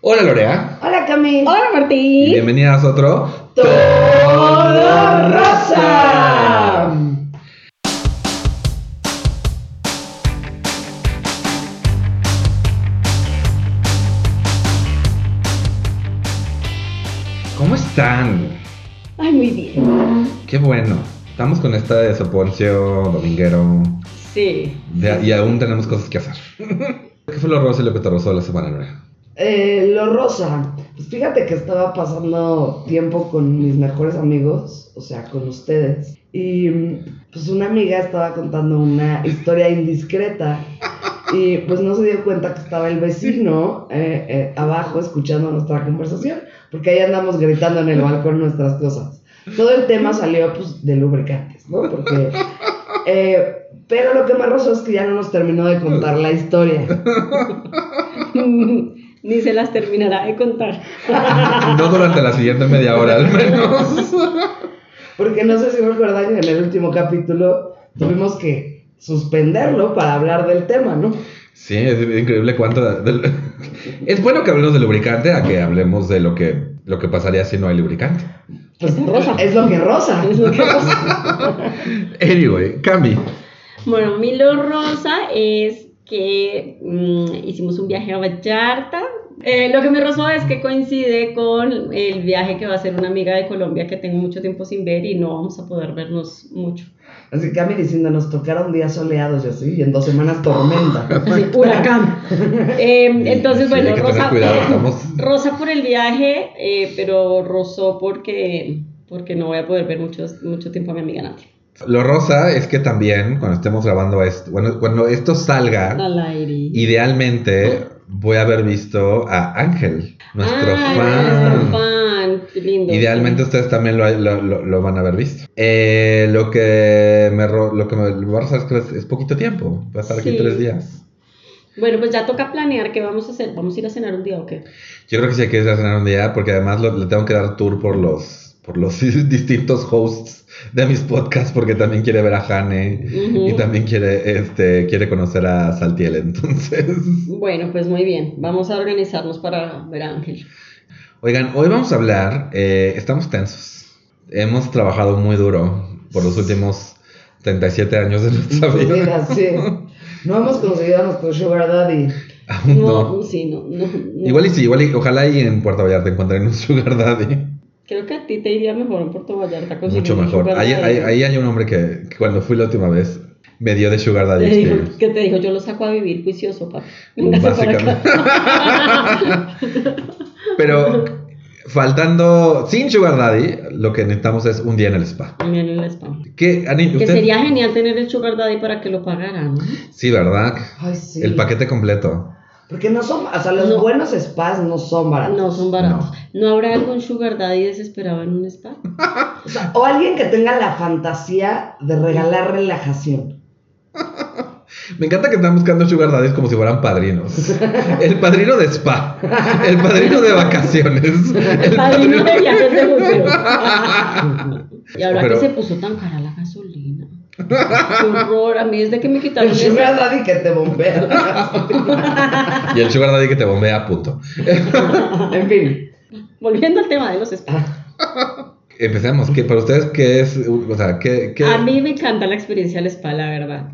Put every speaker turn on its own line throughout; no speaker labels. Hola Lorea.
Hola Camil.
Hola
Y
Martín.
bienvenidas a otro
Todo
Rosa. ¿Cómo están?
Ay, muy bien.
Qué bueno. Estamos con esta de Soponcio, Dominguero.
Sí.
de- y aún tenemos cosas que hacer. ¿Qué fue lo rosa y lo que te rozó la semana, Lorea?
Eh, lo rosa. Pues fíjate que estaba pasando tiempo con mis mejores amigos, o sea, con ustedes. Y mm, pues una amiga estaba contando una historia indiscreta. Y pues no se dio cuenta que estaba el vecino eh, eh, abajo escuchando nuestra conversación, porque ahí andamos gritando en el balcón nuestras cosas. Todo el tema salió pues de lubricantes, ¿no? Porque... eh, pero lo que me rozó es que ya no nos terminó de contar la historia.
Ni se las terminará de contar.
No durante la siguiente media hora, al menos.
Porque no sé si recuerdan que en el último capítulo tuvimos que suspenderlo para hablar del tema, ¿no?
Sí, es increíble cuánto. del- Es bueno que hablemos de lubricante a que hablemos de lo que, lo que pasaría si no hay lubricante.
Pues
Es rosa.
es lo que rosa.
Es lo que pasa.
Anyway, Cami.
Bueno, mi lo rosa es que mm, hicimos un viaje a Vallarta. Eh, lo que me rozó es que coincide con el viaje que va a hacer una amiga de Colombia que tengo mucho tiempo sin ver y no vamos a poder vernos mucho.
Así que a mí diciendo, nos tocaron días soleados y así, y en dos semanas tormenta.
Así, huracán. Eh, entonces,
Sí,
bueno,
hay que tener
Rosa,
cuidado, estamos-
Rosa por el viaje, eh, pero rozó porque, porque no voy a poder ver muchos, mucho tiempo a mi amiga Nati.
Lo rosa es que también, cuando estemos grabando esto, bueno, cuando esto salga,
Al aire.
idealmente voy a haber visto a Ángel, nuestro
Ay,
fan.
Ah, Nuestro fan, qué lindo.
Idealmente ustedes también lo, lo- lo- lo van a haber visto. Eh, lo que me ro- lo que me va a rozar es que es, es poquito tiempo. Va a estar aquí
Sí.
tres días.
Bueno, pues ya toca planear qué vamos a hacer. ¿Vamos a ir a cenar un día o qué?
Yo creo que sí hay que ir a cenar un día, porque además lo- le tengo que dar tour por los, por los distintos hosts de mis podcasts, porque también quiere ver a Jane
Ujú.
y también quiere, este, quiere conocer a Saltiel. Entonces,
Bueno, pues muy bien. Vamos a organizarnos para ver a Ángel.
oigan, hoy vamos a hablar. eh, estamos tensos. Hemos trabajado muy duro por los últimos 37 años de nuestra
Pues
vida.
mira, sí. No hemos conseguido a nuestro sugar daddy.
Aún no.
sí, no, no, no.
Igual y sí, igual y ojalá y en Puerto Vallarta encuentren un sugar daddy.
Creo que a ti te iría mejor en Puerto Vallarta. conseguir
Mucho
un
mejor.
lugar
Ahí,
para
ahí-
ir.
ahí hay un hombre que, que cuando fui la última vez me dio de sugar daddy
Te dijo-
experience.
que te dijo, yo lo saco a vivir juicioso, papi. Véngase para acá.
Básicamente. Pero faltando sin sugar daddy, lo que necesitamos es un día en el spa.
Miren el spam.
¿Qué, Ani,
Que
usted-
sería genial tener el sugar daddy para que lo pagaran, ¿no?
Sí, ¿verdad?
Ay, sí.
El paquete completo.
Porque no son, o sea, los
No.
buenos spas no son baratos.
No, son baratos. ¿No habrá algún sugar daddy desesperado en un spa?
O, sea, o alguien que tenga la fantasía de regalar relajación.
Me encanta que están buscando sugar daddies como si fueran padrinos. El padrino de spa, el padrino de vacaciones, el
Padrino
padrino
de viajes de museo. y ahora
Pero-
que se puso tan cara la gasolina. Qué horror. A mí desde que me quitaron
El
ese...
sugar daddy que te bombea.
Y el sugar daddy que te bombea a punto.
en fin.
Volviendo al tema de los spas.
Empecemos. ¿Qué, para ustedes, ¿qué es? O sea, ¿qué? qué-
A mí me encanta la experiencia del spa, la verdad.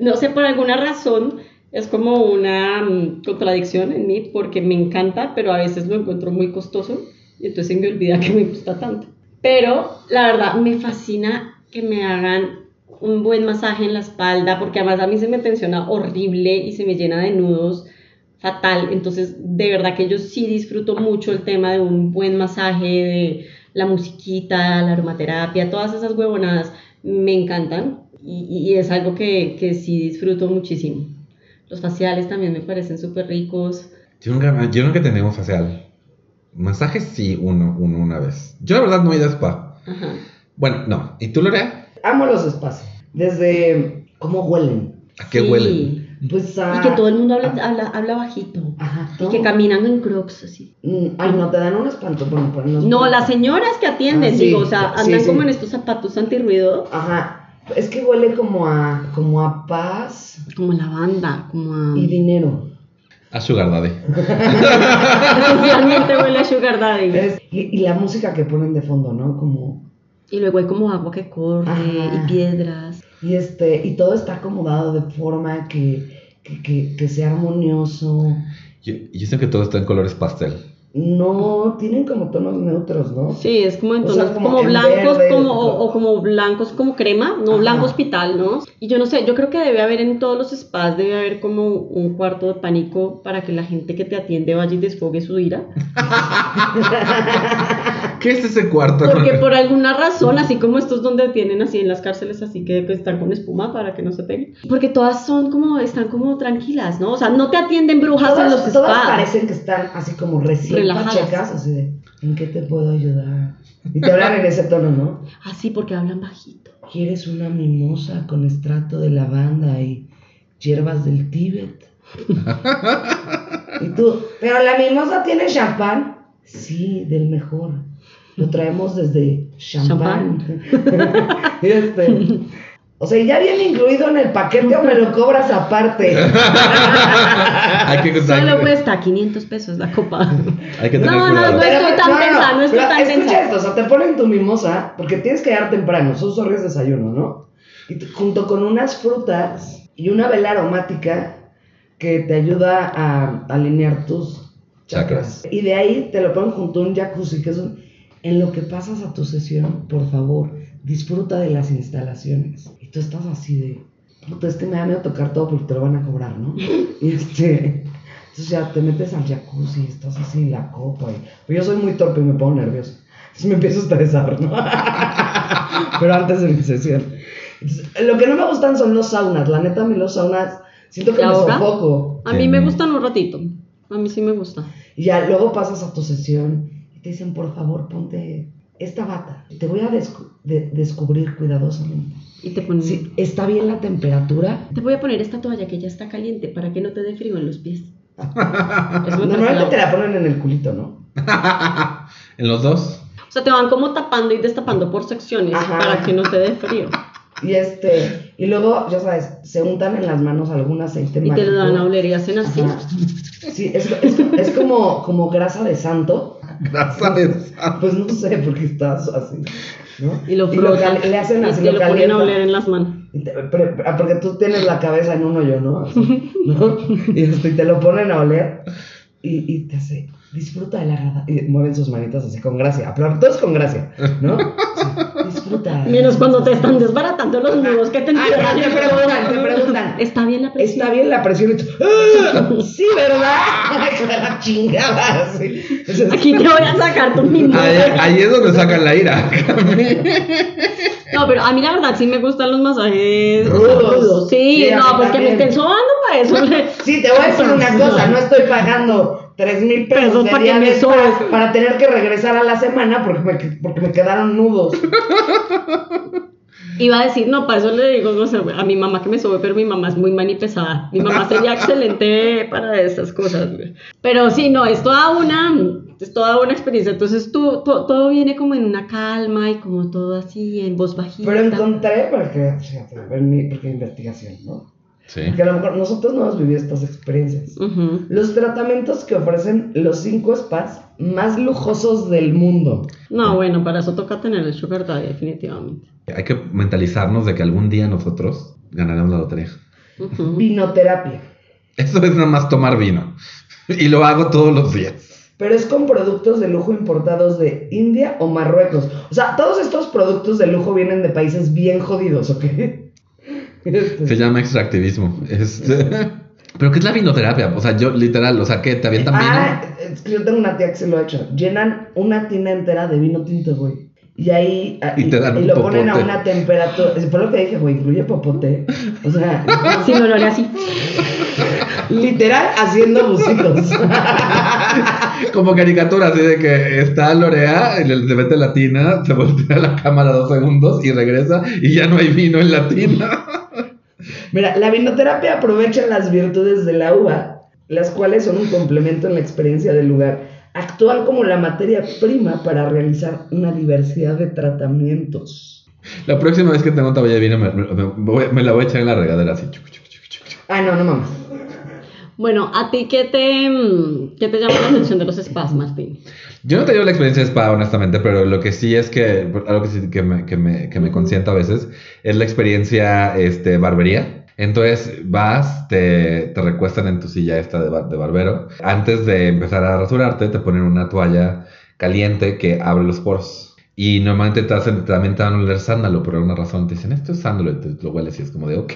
No sé, por alguna razón es como una mm, contradicción en mí porque me encanta, pero a veces lo encuentro muy costoso y entonces se me olvida que me gusta tanto. Pero la verdad me fascina que me hagan un buen masaje en la espalda porque además a mí se me tensiona horrible y se me llena de nudos fatal. Entonces, de verdad que yo sí disfruto mucho el tema de un buen masaje, de la musiquita, la aromaterapia, todas esas huevonadas me encantan y, y es algo que, que sí disfruto muchísimo. Los faciales también me parecen súper ricos.
Yo, nunca, yo nunca he tenido un facial. Masajes sí, uno, uno una vez. Yo la verdad no he ido a spa.
Ajá.
Bueno, no. ¿Y tú, Lorea?
Amo los spas. Desde cómo huelen.
¿A qué
Sí.
huelen?
Pues a...
Y que todo el mundo habla, habla, habla bajito.
Ajá,
Y que
¿no?
caminan en crocs así.
Mm, Ay, no, te dan un espanto. Bueno, pero no...
No, las señoras que atienden,
Ah, sí.
digo, o sea,
Sí,
andan
sí.
como en estos zapatos antirruido,
Ajá. Es que huele como a, como a paz
como lavanda, como a...
y dinero.
A Sugar Daddy.
Esencialmente huele a Sugar Daddy.
Es- y, y la música que ponen de fondo, ¿no? Como,
Y luego hay como agua que corre
Ajá.
y piedras.
y este, y todo está acomodado de forma que, que, que- que sea armonioso.
Yo, yo siento que todo está en colores pastel.
No, tienen como tonos neutros, ¿no?
Sí, es como en
O sea,
tonos
como
como,
en
blancos
verde,
como,
ajá.
o, o como blancos como crema, no
Ajá.
blanco hospital, ¿no? Y yo no sé, yo creo que debe haber en todos los spas, debe haber como un cuarto de pánico para que la gente que te atiende vaya y desfogue su ira.
¿Qué es ese cuarto?
Porque pues, por alguna razón, así como estos donde tienen así en las cárceles, así que que están con espuma para que no se peguen. Porque todas son como, están como tranquilas, ¿no? O sea, no te atienden brujas en los
Todas,
spas.
todas parecen que están así como recién
Relajadas.
pachecas, así de, ¿en qué te puedo ayudar? Y te hablan en ese tono, ¿no?
Así Ah, porque hablan bajito.
¿Quieres una mimosa con estrato de lavanda y hierbas del Tíbet? y tú, ¿pero la mimosa tiene champán? Sí, del mejor. Lo traemos desde champán. Y este, o sea, ya viene incluido en el paquete o me lo cobras aparte.
Hay que contar-
Solo cuesta 500 pesos la copa.
Hay que tener
No, no,
cuidado.
no, estoy tan tensa, no estoy
pero
tan
escucha
tensa.
esto, o sea, te ponen tu mimosa porque tienes que dar temprano, son sorbios de desayuno, ¿no? Y t- junto con unas frutas y una vela aromática que te ayuda a alinear tus chakras.
Chakras.
Y de ahí te lo ponen junto a un jacuzzi, que es un... En lo que pasas a tu sesión, por favor, disfruta de las instalaciones. Y tú estás así de... Puta, es que me da miedo tocar todo porque te lo van a cobrar, ¿no? Y este... Entonces ya te metes al jacuzzi, estás así en la copa. Y, pues yo soy muy torpe y me pongo nervioso. Entonces me empiezo a estresar, ¿no? Pero antes de mi sesión. Entonces, lo que no me gustan son los saunas. La neta, a mí los saunas siento que
¿La
me
boca?
sofoco.
A mí me gustan un ratito. A mí sí me gusta.
Y ya luego pasas a tu sesión y te dicen, por favor, ponte esta bata. Te voy a descu- de- descubrir cuidadosamente.
Y te ponen.
Si está bien la temperatura.
Te voy a poner esta toalla que ya está caliente para que no te dé frío en los pies. Eso me parece
Normalmente
la-
te la ponen en el culito, ¿no?
¿En los dos?
O sea, te van como tapando y destapando por secciones
Ajá.
para que no te dé frío.
Y este, y luego, ya sabes, se untan en las manos algún aceite
Y te lo dan a
mágico.
oler y hacen así.
Ajá. Sí, es, es- es como, como grasa de santo.
Gracias.
Pues no sé, porque estás así, ¿no?
Y lo
cal-
frotan.
le hacen así,
y te lo, ponen a
calientan.
oler en las manos.
Y te- pero- ah, porque tú tienes la cabeza en un hoyo, ¿no? Así, ¿no? Y este, y te lo ponen a oler y, y te hace, disfruta de la grasa. Y mueven sus manitas así con gracia. Apla- Todos con gracia, ¿no? Sí, disfruta.
Menos cuando te están desbaratando los nudos que te
Ah,
entierran.
te preguntan, te preguntan.
Está bien la presión.
Está bien la presión y tú, ¡ah! Sí, ¿verdad? Que la chingada. así. Entonces,
Aquí te voy a sacar tus mismos.
Ahí, ahí es donde sacan la ira.
No, pero a mí la verdad sí me gustan los masajes
Rudos.
rudos. Sí,
Sí, a mí
no, pues que me
también.
estén sobando para eso.
Sí, te voy a decir una cosa, no estoy pagando tres mil pesos
Pesos
de
pa' que me
diabetes
sobes.
para, para tener que regresar a la semana porque me, porque me quedaron nudos.
Iba a decir, no, para eso le digo, no sé, a mi mamá que me sube, pero mi mamá es muy manipesada. Mi mamá sería excelente para esas cosas. güey. Pero sí, no, es toda una, es toda una experiencia. Entonces tú, to- todo viene como en una calma y como todo así, en voz bajita.
Pero encontré, porque, fíjate, en mi- porque investigación, ¿no?
Sí.
Porque a lo mejor nosotros no hemos vivido estas experiencias.
Ujú.
Los tratamientos que ofrecen los cinco spas más lujosos del mundo.
No, bueno, para eso toca tener el sugar daddy, definitivamente.
Hay que mentalizarnos de que algún día nosotros ganaremos la lotería.
Ujú.
Vinoterapia.
Eso es nada más tomar vino. Y lo hago todos los días.
Pero es con productos de lujo importados de India o Marruecos. O sea, todos estos productos de lujo vienen de países bien jodidos, ¿ok? Este,
Se llama extractivismo. Este... Pero ¿qué es la vinoterapia? O sea, yo literal, o sea, ¿qué? ¿Te avientan
Ah,
vino?
es que yo tengo una tía que se lo ha hecho. Llenan una tina entera de vino tinto, güey. Y ahí. ah,
Y te dan un
lo ponen a
popote.
una temperatura. Fue lo que dije, güey. Incluye popote. O sea,
Sí, me lo haré así.
literal haciendo bucitos.
Como caricatura, así de que está Lorea, le le mete la tina, se voltea la cámara dos segundos y regresa y ya no hay vino en la tina.
Mira, la vinoterapia aprovecha las virtudes de la uva, las cuales son un complemento en la experiencia del lugar. Actúan como la materia prima para realizar una diversidad de tratamientos.
La próxima vez que tengo un tablilla de vino, me, me- me voy- me la voy a echar en la regadera así. chuc, chuc, chuc, chuc, chuc.
Ah, no, no mames.
Bueno, ¿a ti qué te, mm, qué te llama la atención de los spas, Martín?
Yo no te llevo la experiencia de spa, honestamente, pero lo que sí es que, algo que, sí que me, que me, que me consienta a veces, es la experiencia este, barbería. Entonces vas, te, te recuestan en tu silla esta de, bar- de barbero. Antes de empezar a rasurarte, te ponen una toalla caliente que abre los poros. Y normalmente te hacen, también te van a oler sándalo por alguna razón. Te dicen, esto es sándalo, y te lo hueles y es como de, ok.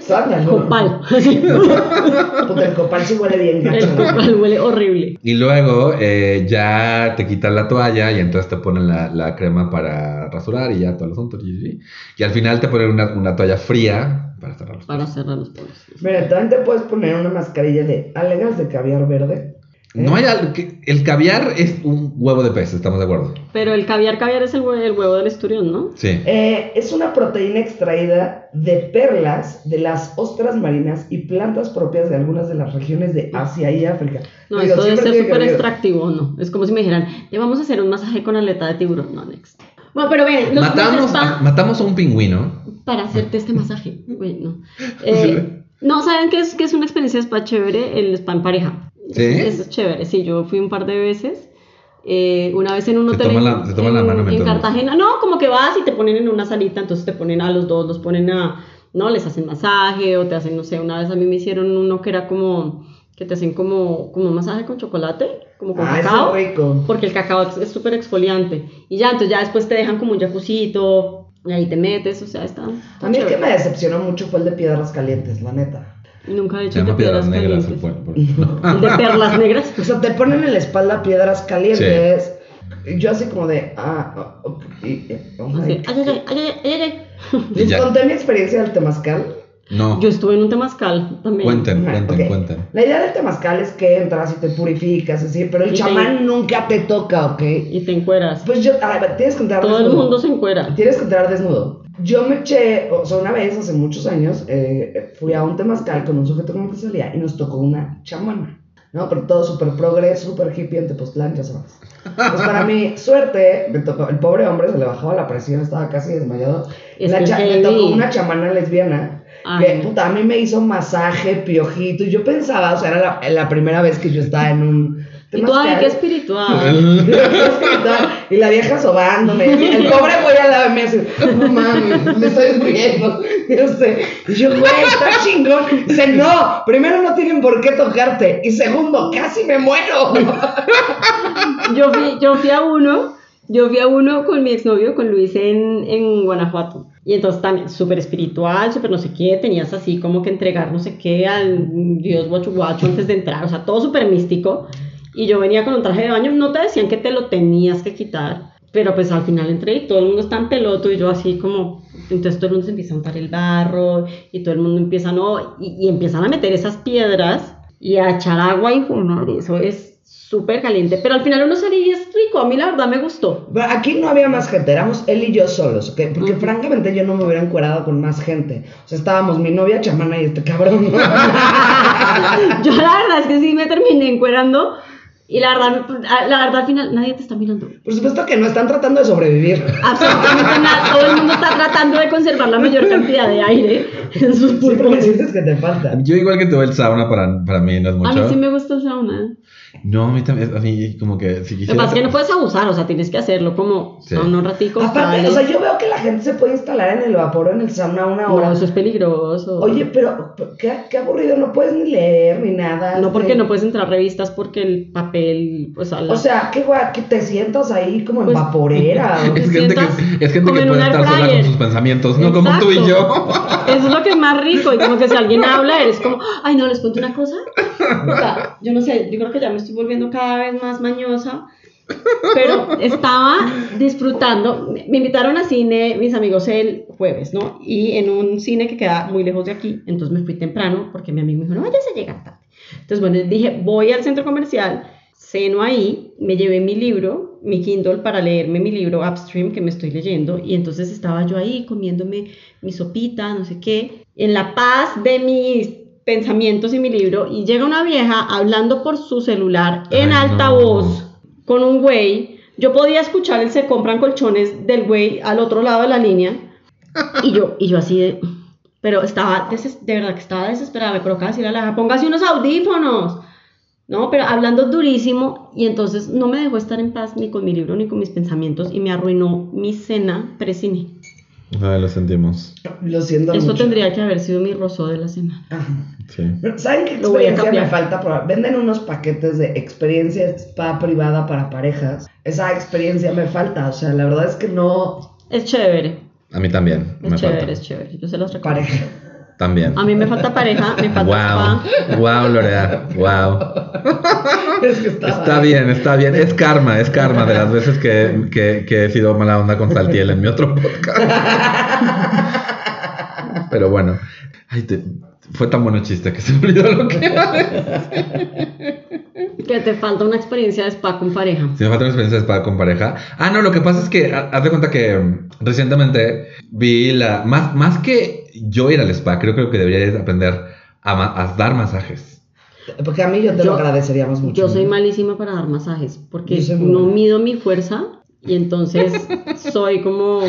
Sándalo.
Copal.
Puta, el copal sí huele bien
El
gacho.
copal huele horrible.
Y luego eh, ya te quitan la toalla y entonces te ponen la, la crema para rasurar y ya todo el asunto. Y, y- y al final te ponen una, una toalla fría para cerrarlos.
Para cerrar los poros.
Mira, también te puedes poner una mascarilla de algas de caviar verde. ¿eh?
No hay algo que- El caviar es un huevo de pez, estamos de acuerdo.
Pero el caviar caviar es el, hue- el huevo del esturión, ¿no?
Sí.
Eh, es una proteína extraída de perlas de las ostras marinas y plantas propias de algunas de las regiones de Asia y África.
No,
Digo,
eso debe
siempre
ser
tiene que
súper
haber-
extractivo, ¿no? Es como si me dijeran, te vamos a hacer un masaje con aleta de tiburón. No, next. Bueno, pero ven, los,
Matamos,
los spa-
a, matamos a un pingüino.
para hacerte este masaje. Güey, no. Eh, no, ¿saben qué es, qué es una experiencia de spa chévere? El spa en pareja.
¿Sí?
Eso es chévere. Sí, yo fui un par de veces. Eh, una vez en un
Se
hotel
toman
en,
la- se toman la
en-
mano
en
mientras-
Cartagena. No, como que vas y te ponen en una salita, entonces te ponen a los dos, los ponen a, ¿no? Les hacen masaje o te hacen, no sé, una vez a mí me hicieron uno que era como, que te hacen como, como un masaje con chocolate, como con
Ah, eso
cacao.
es rico.
Porque el cacao es- es súper exfoliante. Y ya, entonces ya después te dejan como un jacuzito y ahí te metes, o sea, está. está
A mí el que
chévere.
me decepcionó mucho fue el de piedras calientes, la neta.
Nunca he
Se
hecho el de
llama
piedras
piedras negras. el
calientes.
pueblo, por-
El de perlas negras. pues,
O sea, te ponen en la espalda piedras calientes. Y yo así como de, ah, ok, y- y- oh my
Así,
God.
ay, ay, ay, ay, ay, ay, ay.
Y
Les
ya.
conté mi experiencia del temazcal.
No.
Yo estuve en un temazcal también.
Cuenten,
Ah,
cuenten,
ok.
cuenten.
La idea del temazcal es que entras y te purificas, así, pero el
Y te-
chamán nunca te toca, ¿ok?
Y te encueras.
Pues yo, a ver, tienes que entrar
Todo el
desnudo.
mundo se encuera.
Tienes que entrar desnudo. Yo me eché, o sea, una vez hace muchos años, eh, fui a un temazcal con un sujeto con el que salía y nos tocó una chamana, ¿no? Pero todo súper progre, súper hippie en Tepoztlán, ya sabes. Pues para mi suerte, me tocó, el pobre hombre se le bajaba la presión, estaba casi desmayado.
Es
La
que
cha- me
heavy.
tocó una chamana lesbiana. Que
Ay.
puta, a mí me hizo masaje, piojito, y yo pensaba, o sea, era la, la primera vez que yo estaba en un.
Y tú, ay,
temazcal.
qué espiritual.
Y la vieja sobándome. El pobre güey al lado de mí así, no mames, me estoy muriendo. Este, Y yo, güey, está chingón. Dice, no, primero no tienen por qué tocarte. Y segundo, casi me muero.
Yo fui, yo fui a uno, yo fui a uno con mi exnovio, con Luis en, en Guanajuato. Y entonces también, súper espiritual, súper no sé qué, tenías así como que entregar no sé qué al dios guachu guachu antes de entrar, o sea, todo súper místico. Y yo venía con un traje de baño, no te decían que te lo tenías que quitar, pero pues al final entré y todo el mundo está en peloto y yo así como, entonces todo el mundo se empieza a untar el barro y todo el mundo empieza, no, y, y empiezan a meter esas piedras y a echar agua y fumar, eso es súper caliente, pero al final uno sale y es rico, a mí la verdad me gustó.
Pero Aquí no había más gente, éramos él y yo solos, ¿ok? Porque francamente yo no me hubiera encuerado con más gente. O sea, estábamos mi novia chamana y este cabrón.
Yo la verdad es que sí me terminé encuerando y la verdad, la verdad al final nadie te está mirando.
Por supuesto que no están tratando de sobrevivir.
Absolutamente nada, todo el mundo está tratando de conservar la mayor cantidad de aire en sus
Siempre me
pulmones.
sientes que te falta.
Yo igual que tuve el sauna para, para mí no es mucho.
A mí sí me gusta el sauna.
No, a mí también, a mí como que si
Lo que
quisiera...
pasa es que no puedes abusar, o sea, tienes que hacerlo como
Sí.
sauna un ratico.
Aparte,
sales.
o sea, yo veo que la gente se puede instalar en el vapor o en el sauna una hora.
No, eso es peligroso.
Oye, pero pero qué, qué aburrido, no puedes ni leer ni nada.
no porque
Te-
no puedes entrar a revistas porque el papel, pues, a la-
eh, O sea, qué guay, que te sientas ahí como en
Pues-
vaporera. o-
Es
te
gente que,
sientas
es gente
como
que
en
puede
un air
estar sola con
fryer.
sus pensamientos, no como tú y yo.
Exacto. Eso es lo que es más rico. Y como que si alguien habla, eres como, ay, no, les cuento una cosa. O sea, yo no sé, yo creo que ya me estoy volviendo cada vez más mañosa. Pero estaba disfrutando. Me invitaron a cine mis amigos el jueves, ¿no? Y en un cine que queda muy lejos de aquí. Entonces me fui temprano porque mi amigo me dijo, no vayas a llegar tarde. Entonces, bueno, dije, voy al centro comercial, ceno ahí, me llevé mi libro, mi Kindle para leerme mi libro Upstream que me estoy leyendo. Y entonces estaba yo ahí comiéndome mi sopita, no sé qué, en la paz de mis pensamientos y mi libro. Y llega una vieja hablando por su celular en
Ay, no.
altavoz con un güey. Yo podía escuchar el se compran colchones del güey al otro lado de la línea. Y yo, y yo así de, Pero estaba, deses- de verdad que estaba desesperada, me colocaba así la laja, póngase unos audífonos. No, pero hablando durísimo y entonces no me dejó estar en paz ni con mi libro ni con mis pensamientos y me arruinó mi cena precine.
Ay, Ah, lo sentimos.
Lo siento
Eso
mucho.
tendría que haber sido mi rosó de la semana.
Ajá.
Sí.
Pero, ¿Saben qué
Lo voy a
experiencia
cambiar.
me falta probar? Venden unos paquetes de experiencia spa privada para parejas. Esa experiencia me falta. O sea, la verdad es que no
Es chévere,
A mí también.
es
me
chévere,
falta.
es chévere. Yo se las recomiendo.
pareja.
También.
A mí me falta pareja, me falta ¿ah? spa.
Wow, wow, Lorea, wow.
Es que está,
Está bien, está bien. Es karma, es karma de las veces que, que- que he sido mala onda con Saltiel en mi otro podcast. Pero bueno, ay, te- fue tan bueno el chiste que se me olvidó lo que era.
Que te falta una experiencia de spa con pareja.
Si me falta una experiencia de spa con pareja. Ah, no, lo que pasa es que ha- haz de cuenta que mm, recientemente vi la. Más, más que yo ir al spa, creo, creo que debería aprender a, ma- a dar masajes.
Porque a mí yo te lo
Yo-
agradeceríamos mucho.
Yo soy malísima para dar masajes porque
Yo soy muy
no
mala.
mido mi fuerza y entonces soy como.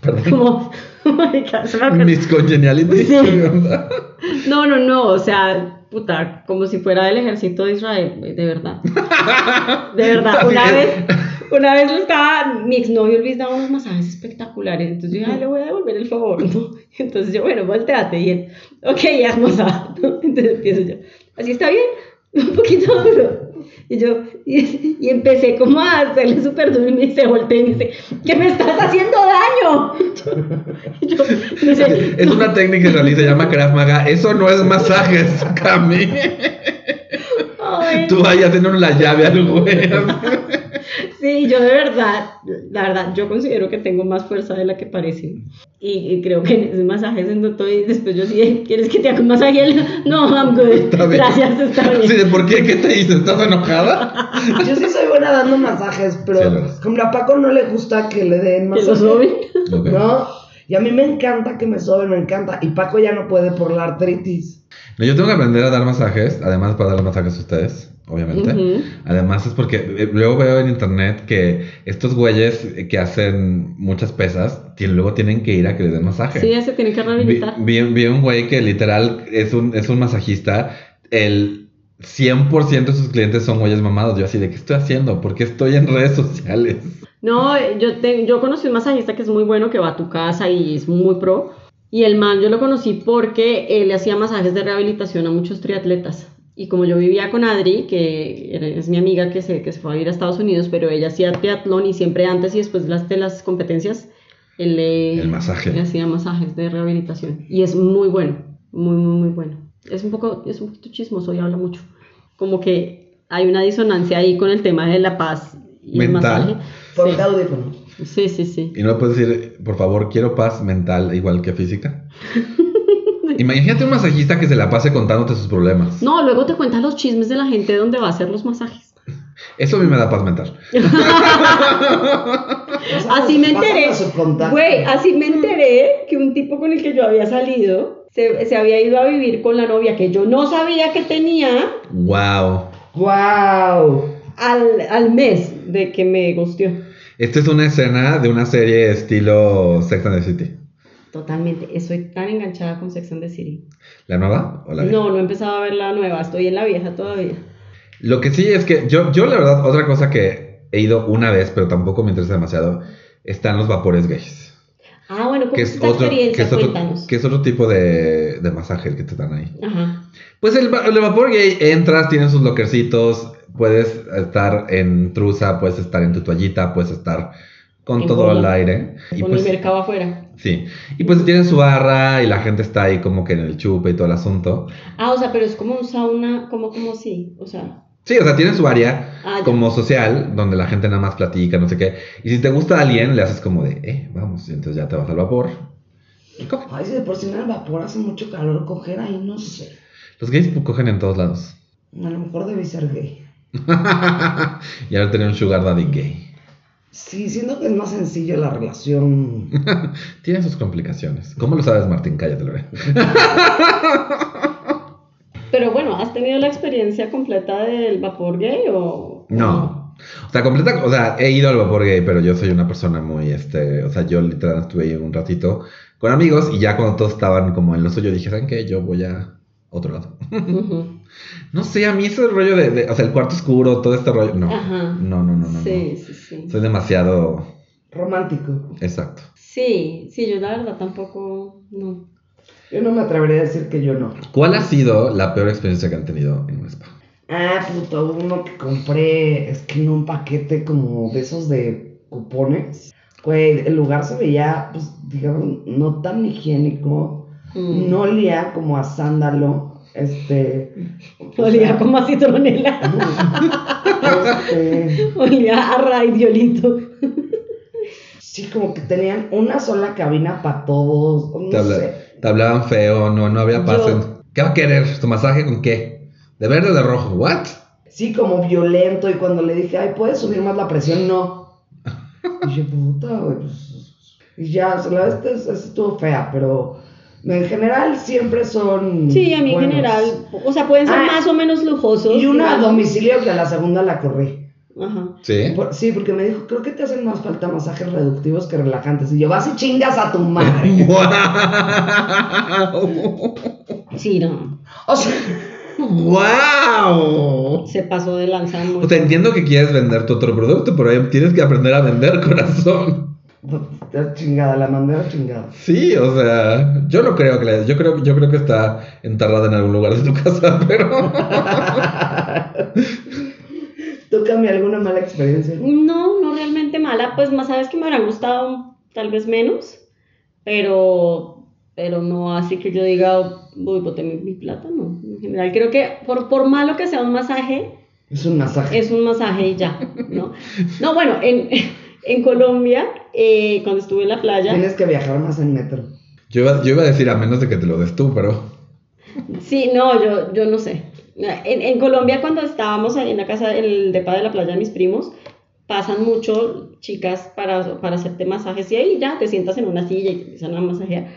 Perdón.
como marica, se me acuerda.
Mis congeniality.
Sí.
¿qué onda?
no, no, no, o sea, puta, como si fuera del ejército de Israel, güey, de verdad. De verdad,
Así
una
que-
vez, una vez lo estaba, mi exnovio Luis daba unos masajes espectaculares, entonces yo, ay, le voy a devolver el favor, ¿no? Entonces yo, bueno, volteate, y él, ok, ya es masaje, ¿no? Entonces empiezo yo, así está bien, un poquito duro. Y yo, y, y empecé como a hacerle súper duro y me dice, voltea y me dice, que me estás haciendo daño. Y yo, y me dice,
Es una técnica israelí, se llama Krav Maga. Eso no es masajes, Cami.
ay,
Tú ahí haciendo la llave al güey.
Sí, yo de verdad, la verdad, yo considero que tengo más fuerza de la que parece. Y, y creo que en ese masaje se notó y después yo sí, ¿quieres que te haga un masaje? Y él, no, I'm good.
Está bien.
Gracias, está bien.
Sí, ¿de ¿por qué? ¿Qué te hice? ¿Estás enojada?
Yo sí soy buena dando masajes, pero
Sí, lo eres.
por ejemplo, a Paco no le gusta que le den
Que lo
masajes.
soben.
Ok.
¿No? Y a mí me encanta que me soben, me encanta. Y Paco ya no puede por la artritis.
No, yo tengo que aprender a dar masajes, además para dar masajes a ustedes, obviamente.
Ujú.
Además es porque eh, luego veo en internet que estos güeyes eh, que hacen muchas pesas, ti- luego tienen que ir a que les den masaje.
Sí, ese tiene que
Vi,
rehabilitar.
vi- vi un güey que literal es un, es un masajista. El 100% de sus clientes son güeyes mamados. Yo así de, ¿qué estoy haciendo? ¿Por qué estoy en redes sociales?
No, eh, yo, te- yo conocí un masajista que es muy bueno, que va a tu casa y es muy pro. Y el man yo lo conocí porque él le hacía masajes de rehabilitación a muchos triatletas. Y como yo vivía con Adri, que era- es mi amiga que se, que se fue a vivir a Estados Unidos, pero ella hacía triatlón y siempre antes y después de las, de las competencias, él le,
El masaje.
le hacía masajes de rehabilitación. Y es muy bueno, muy, muy, muy bueno. Es un poco, es un poquito chismoso y habla mucho. Como que hay una disonancia ahí con el tema de la paz y
Mental.
el masaje.
Por
Sí.
el audífono.
Sí, sí, sí.
Y no puedes decir, por favor, quiero paz mental igual que física. Imagínate un masajista que se la pase contándote sus problemas.
No, luego te cuentas los chismes de la gente donde va a hacer los masajes.
Eso a mí me da paz mental.
Pásanos-
Así me
pásanos
enteré.
su contacto.
Güey, así me enteré que un tipo con el que yo había salido se, se había ido a vivir con la novia que yo no sabía que tenía
¡Wow!
¡Wow!
al, al mes de que me gustió.
Esta es una escena de una serie estilo Sex and the City.
Totalmente, estoy tan enganchada con Sex and the City.
¿La nueva o la vieja?
No, no he empezado a ver la nueva, estoy en la vieja todavía.
Lo que sí es que yo, yo la verdad, otra cosa que he ido una vez, pero tampoco me interesa demasiado, están los vapores gays.
Ah, bueno, ¿cómo
Que
es
es,
esta
otro, que,
experiencia?
es otro,
Cuéntanos.
que es otro tipo de, de masaje el que te dan ahí.
Ajá.
Pues el, va- el vapor gay, entras, tienes sus lockercitos, puedes estar en trusa, puedes estar en tu toallita, puedes estar con
En
todo
bola.
el aire. Y
Con
pues,
el mercado afuera.
sí. Y pues tiene su barra y la gente está ahí como que en el chupe y todo el asunto.
Ah, o sea, pero es como un sauna, como, como sí, o sea.
Sí, o sea, tiene su área
Ah, ya.
como social, donde la gente nada más platica, no sé qué. Y si te gusta a alguien, le haces como de, eh, vamos, y entonces ya te vas al vapor. Y coge.
Ay, si de por sí en el vapor hace mucho calor, coger ahí no sé.
Los gays pu- cogen en todos lados.
A lo mejor debí ser gay.
y ahora tener un sugar daddy gay.
Sí, siento que es más sencillo la relación.
Tiene sus complicaciones. ¿Cómo lo sabes, Martín? Cállate, Lore.
Pero bueno, ¿has tenido la experiencia completa del vapor gay o...?
No. O sea, completa, o sea, he ido al vapor gay, pero yo soy una persona muy, este, o sea, yo literal estuve ahí un ratito con amigos y ya cuando todos estaban como en lo suyo dije, ¿saben qué? Yo voy a otro lado.
Ujú.
No sé, a mí ese rollo de, de- o sea, el cuarto oscuro, todo este rollo, no.
Ajá.
No, no, no, no.
sí, sí, sí.
no. Soy demasiado
Romántico.
exacto.
Sí, sí, yo la verdad tampoco, no.
Yo no me atrevería a decir que yo no.
¿Cuál ha sido la peor experiencia que han tenido en un spa?
Ah, puto, uno que compré, es que en un paquete como de esos de cupones. Güey, el lugar se veía, pues, digamos, no tan higiénico.
Mm.
No olía como a sándalo. Este. o
Olía
sea,
como a citronela,
este,
olía a raíz violito.
Sí, como que tenían una sola cabina para todos. o No
Te, habla-
sé.
te hablaban feo, no, no había paz.
Yo-
en- ¿Qué va a querer? ¿Tu masaje con qué? ¿De verde o de rojo? ¿What?
Sí, como violento. Y cuando le dije, ay, ¿puedes subir más la presión? No. Y dije, puta, güey. pues, y ya, o sea, la verdad es- es- estuvo fea, pero en general siempre son.
Sí, a mí en
buenos.
general, o sea, pueden ser
Ah,
más o menos lujosos.
Y una a
digamos.
domicilio que a la segunda la corrí.
Ajá.
Sí.
Por- sí, porque me dijo, creo que te hacen más falta masajes reductivos que relajantes. Y yo, vas y chingas a tu madre.
¡Wow!
Sí, no,
O sea,
¡Wow!
se pasó de lanza mucho.
O sea, entiendo que quieres vender tu otro producto, pero ahí tienes que aprender a vender corazón.
la chingada, la mandé a la chingada.
Sí, o sea, yo no creo que la- yo creo, yo creo que está enterrada en algún lugar de tu casa, pero
¿Tú, Cami, alguna mala experiencia?
No, no realmente mala, pues más sabes que me habrán gustado tal vez menos, pero, pero no así que yo diga, uy, boté mi, mi plata, no. En general creo que por, por malo que sea un masaje,
Es un masaje.
es un masaje y ya, ¿no? No, bueno, en, en Colombia, eh, cuando estuve en la playa,
Tienes que viajar más en metro.
yo iba, yo iba a decir a menos de que te lo des tú, pero
sí, no, yo, yo no sé. En, en Colombia, cuando estábamos ahí en la casa, en el depa de la playa de mis primos, pasan mucho chicas para, para hacerte masajes y ahí ya te sientas en una silla y te empiezan a masajear.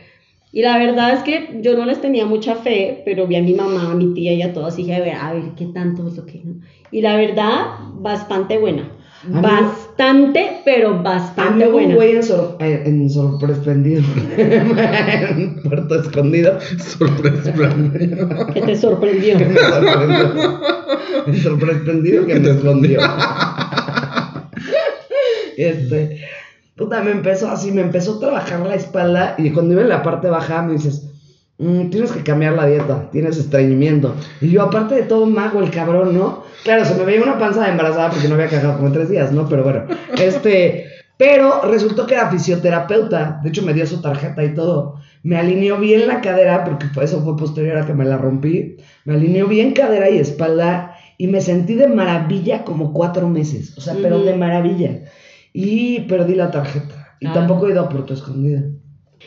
Y la verdad es que yo no les tenía mucha fe, pero vi a mi mamá, a mi tía y a todas y dije, a ver, a ver qué tanto es lo que no. Y la verdad, bastante buena.
Amigo-
Bastante, pero
A
bastante
mí hubo un
buena.
güey en, sor- eh, en sorprendido. en Puerto Escondido.
sorpresa.
que te sorprendió.
Me sorprendió. Me sorprendido que me escondió. este. Puta, me empezó así, me empezó a trabajar la espalda. Y cuando iba en la parte baja, me dices. "Mm, tienes que cambiar la dieta, tienes estreñimiento. Y yo, aparte de todo, mago el cabrón, ¿no? Claro, se me veía una panza de embarazada porque no había cagado como en tres días, ¿no? Pero bueno, este. Pero resultó que era fisioterapeuta. De hecho, me dio su tarjeta y todo. Me alineó bien la cadera, porque fue- eso fue posterior a que me la rompí. Me alineó bien cadera y espalda. Y me sentí de maravilla como cuatro meses. O sea, pero
Ujú.
de maravilla. Y perdí la tarjeta. Y
Ah.
tampoco he ido a Puerto Escondido.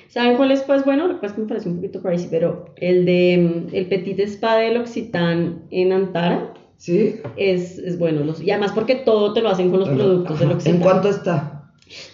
¿Saben cuál es? Pues bueno, pues me parece un poquito crazy, pero el de mm, el Petit Spa del Occitán en Antara
¿Sí?
es, es bueno. Los, y además porque todo te lo hacen con los productos del
Ajá.
Occitán.
¿En cuánto está?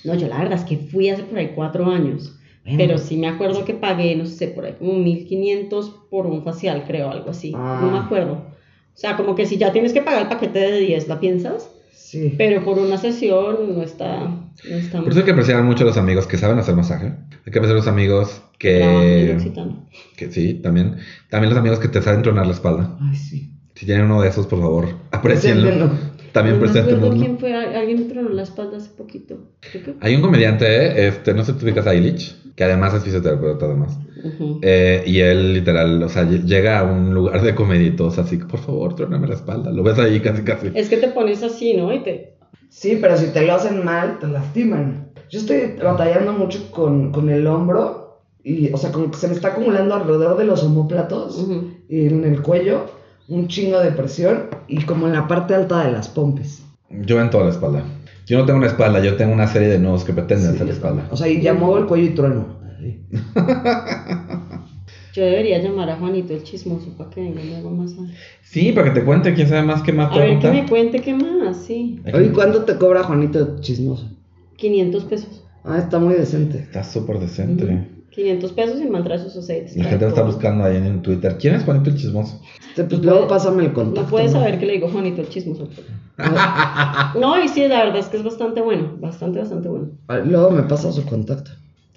No, yo la verdad es que fui hace por ahí cuatro años.
Bueno.
Pero sí me acuerdo que pagué, no sé, por ahí como 1500 por un facial, creo, algo así.
Ah.
No me acuerdo. O sea, como que si ya tienes que pagar el paquete de 10, ¿la piensas?
Sí.
Pero por una sesión no está, no está
Por eso hay que apreciar mucho a los amigos que saben hacer masaje. Hay que apreciar a los amigos
trabajan en
eh,
el
que,
Occitán.
que sí, también. También los amigos que te saben tronar la espalda.
Ay, sí.
Si tienen uno de esos, por favor, aprecienlo.
Preséntenlo.
También
Pues no me acuerdo
preséntenoslo.
quién fue, a- alguien me tronó la espalda hace poquito. Creo que-
Hay un comediante, este, no sé si tú ubicas a Illich, que además es fisioterapeuta, además.
Ujú.
Eh, y él literal, o sea, ll- llega a un lugar de comeditos, así que por favor, tróname la espalda. Lo ves ahí casi, casi.
Es que te pones así, ¿no? Y te...
Sí, pero si te lo hacen mal, te lastiman. Yo estoy batallando mucho con, con el hombro y, o sea, como que se me está acumulando alrededor de los omóplatos
Ujú.
y en el cuello un chingo de presión y como en la parte alta de las pompes.
Yo en toda la espalda. Yo no tengo una espalda, yo tengo una serie de nudos que pretenden
Sí,
ser la
yo
espalda.
O sea, y ya muevo el cuello y trueno.
Yo debería llamar a Juanito el chismoso para que venga y me haga un masaje.
Sí, para que te cuente quién sabe más que más
A
te va
ver que
contar.
me cuente qué más, sí.
¿Y cuánto te cobra Juanito chismoso?
500 pesos.
Ah, está muy decente.
Está súper decente.
Ujú. 500 pesos y el man trae sus aceites.
La gente lo está buscando ahí en Twitter. ¿Quién es Juanito el Chismoso?
Este, pues luego pásame el contacto.
No puedes
¿no?
saber que le digo Juanito el chismoso. No, y sí, la verdad es que es bastante bueno. Bastante, bastante bueno.
Ah, Luego me pasa su contacto.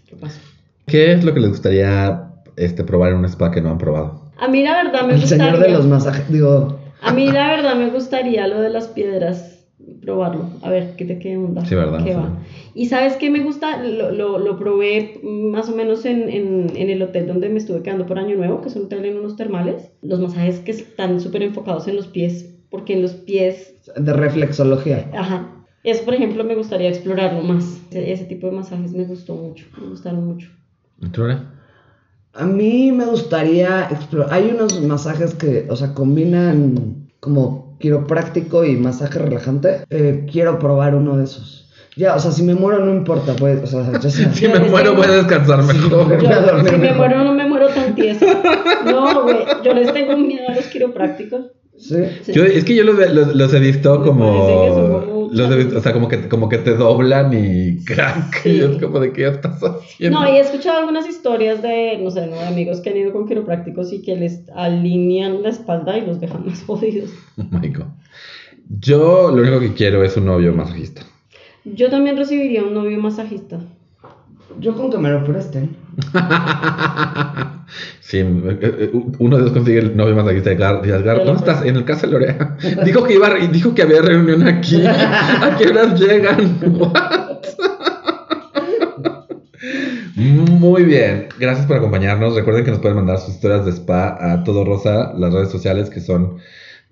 ¿Qué pasó?
Ok, ¿qué es lo que les gustaría este, probar en un spa que no han probado?
A mí la verdad me
El
gustaría.
señor de los masajes, digo,
A mí la verdad me gustaría lo de las piedras, probarlo, a ver qué te queda onda.
Sí, ¿verdad?
qué
Sí.
va. Y sabes qué me gusta, lo, lo, lo probé más o menos en, en, en el hotel donde me estuve quedando por Año Nuevo, que es un hotel en unos termales. Los masajes que están súper enfocados en los pies, porque en los pies,
de reflexología.
ajá. Eso, por ejemplo, me gustaría explorarlo más. Ese, ese tipo de masajes me gustó mucho, me gustaron mucho.
¿Truna?
A mí me gustaría explorar. Hay unos masajes que, o sea, combinan como quiropráctico y masaje relajante. Eh, quiero probar uno de esos. Ya, o sea, si me muero no importa, pues, o sea, ya sea.
Si me muero voy a descansar mejor.
Voy
Yo,
a dormir
si me
mejor.
muero, no me muero tan tiesa. No, güey, yo les tengo miedo a los quiroprácticos.
Sí.
Sí.
Yo- es que yo los, los- los he visto
Me parece que son
como...
como-
Los he visto, o sea, como que, como que te doblan y crack.
Sí.
Y es como de que ya estás haciendo.
No, y he escuchado algunas historias de, no sé, ¿no? de amigos que han ido con quiroprácticos y que les alinean la espalda y los dejan más jodidos.
Oh my God. Yo lo único que quiero es un novio masajista.
Yo también recibiría un novio masajista.
Yo con que me lo presten.
Sí, eh, eh, uno de los consigue el novio masajista de Gar. Díaz Gar.
Pero-
¿Dónde estás? En el caso de Lorea. Dijo que iba, y dijo que había reunión aquí. ¿A qué horas llegan? What? Muy bien, gracias por acompañarnos. Recuerden que nos pueden mandar sus historias de spa a Todo Rosa, las redes sociales que son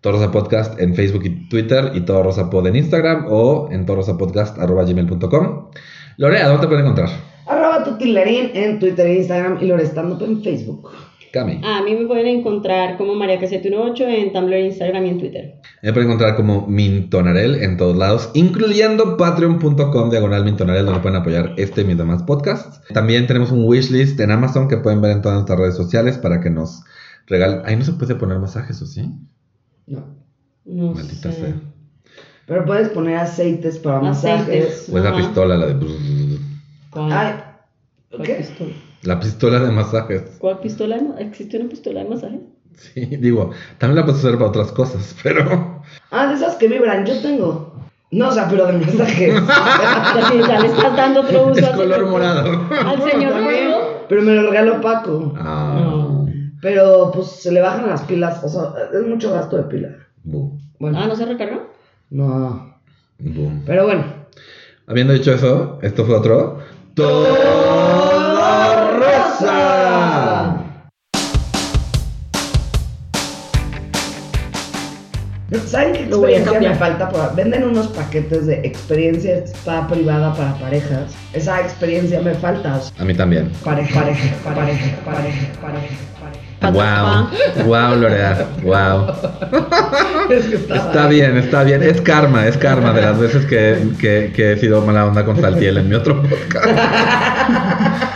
Todo Rosa Podcast en Facebook y Twitter y Todo Rosa Pod en Instagram o en todorosapodcast.gmail.com. Lorea, ¿dónde te pueden encontrar?
Arroba tutilarín en Twitter e Instagram y lo en Facebook.
Cami.
A mí me pueden encontrar como María 718 en Tumblr, Instagram y en Twitter.
Me pueden encontrar como Mintonarel en todos lados, incluyendo patreon.com diagonal Mintonarel, donde pueden apoyar este y mis demás podcasts. También tenemos un wishlist en Amazon que pueden ver en todas nuestras redes sociales para que nos regalen. Ahí no se puede poner masajes, ¿o sí?
No.
No
Maldita
sé.
sea.
Pero puedes poner aceites para masajes.
Aceites.
O es la
Ajá.
pistola, la de.
¿Cuál,
Ay,
cuál
¿qué?
pistola?
La pistola de masajes.
¿Cuál pistola? de ma- ¿Existe una pistola de masaje?
Sí, digo, también la puedes usar para otras cosas, pero.
Ah, de esas que vibran, yo tengo. No, o sea, pero de masajes.
Ya le estás dando otro uso.
Es
al
color
señor-
morado.
Al señor
También,
Gordo.
Pero me lo regaló Paco.
Ah.
Pero pues se le bajan las pilas, o sea, es mucho gasto de pila.
Bu,
Bueno,
Ah, ¿no se recarga?
no.
bu.
Pero bueno.
Habiendo dicho eso, esto fue otro. ¡Todo
Rosa! ¿Saben qué
Lo voy a
experiencia me
cambiar.
falta? por- Venden unos paquetes de experiencia spa privada para parejas. Esa experiencia me falta. o sea,
A mí también.
pareja, pareja, pareja, pareja, pareja, pareja.
Wow, wow, Lorea, wow.
Es que estaba-
Está bien, está bien. Es karma, es karma de las veces que, que- que he sido mala onda con Saltiel en mi otro podcast.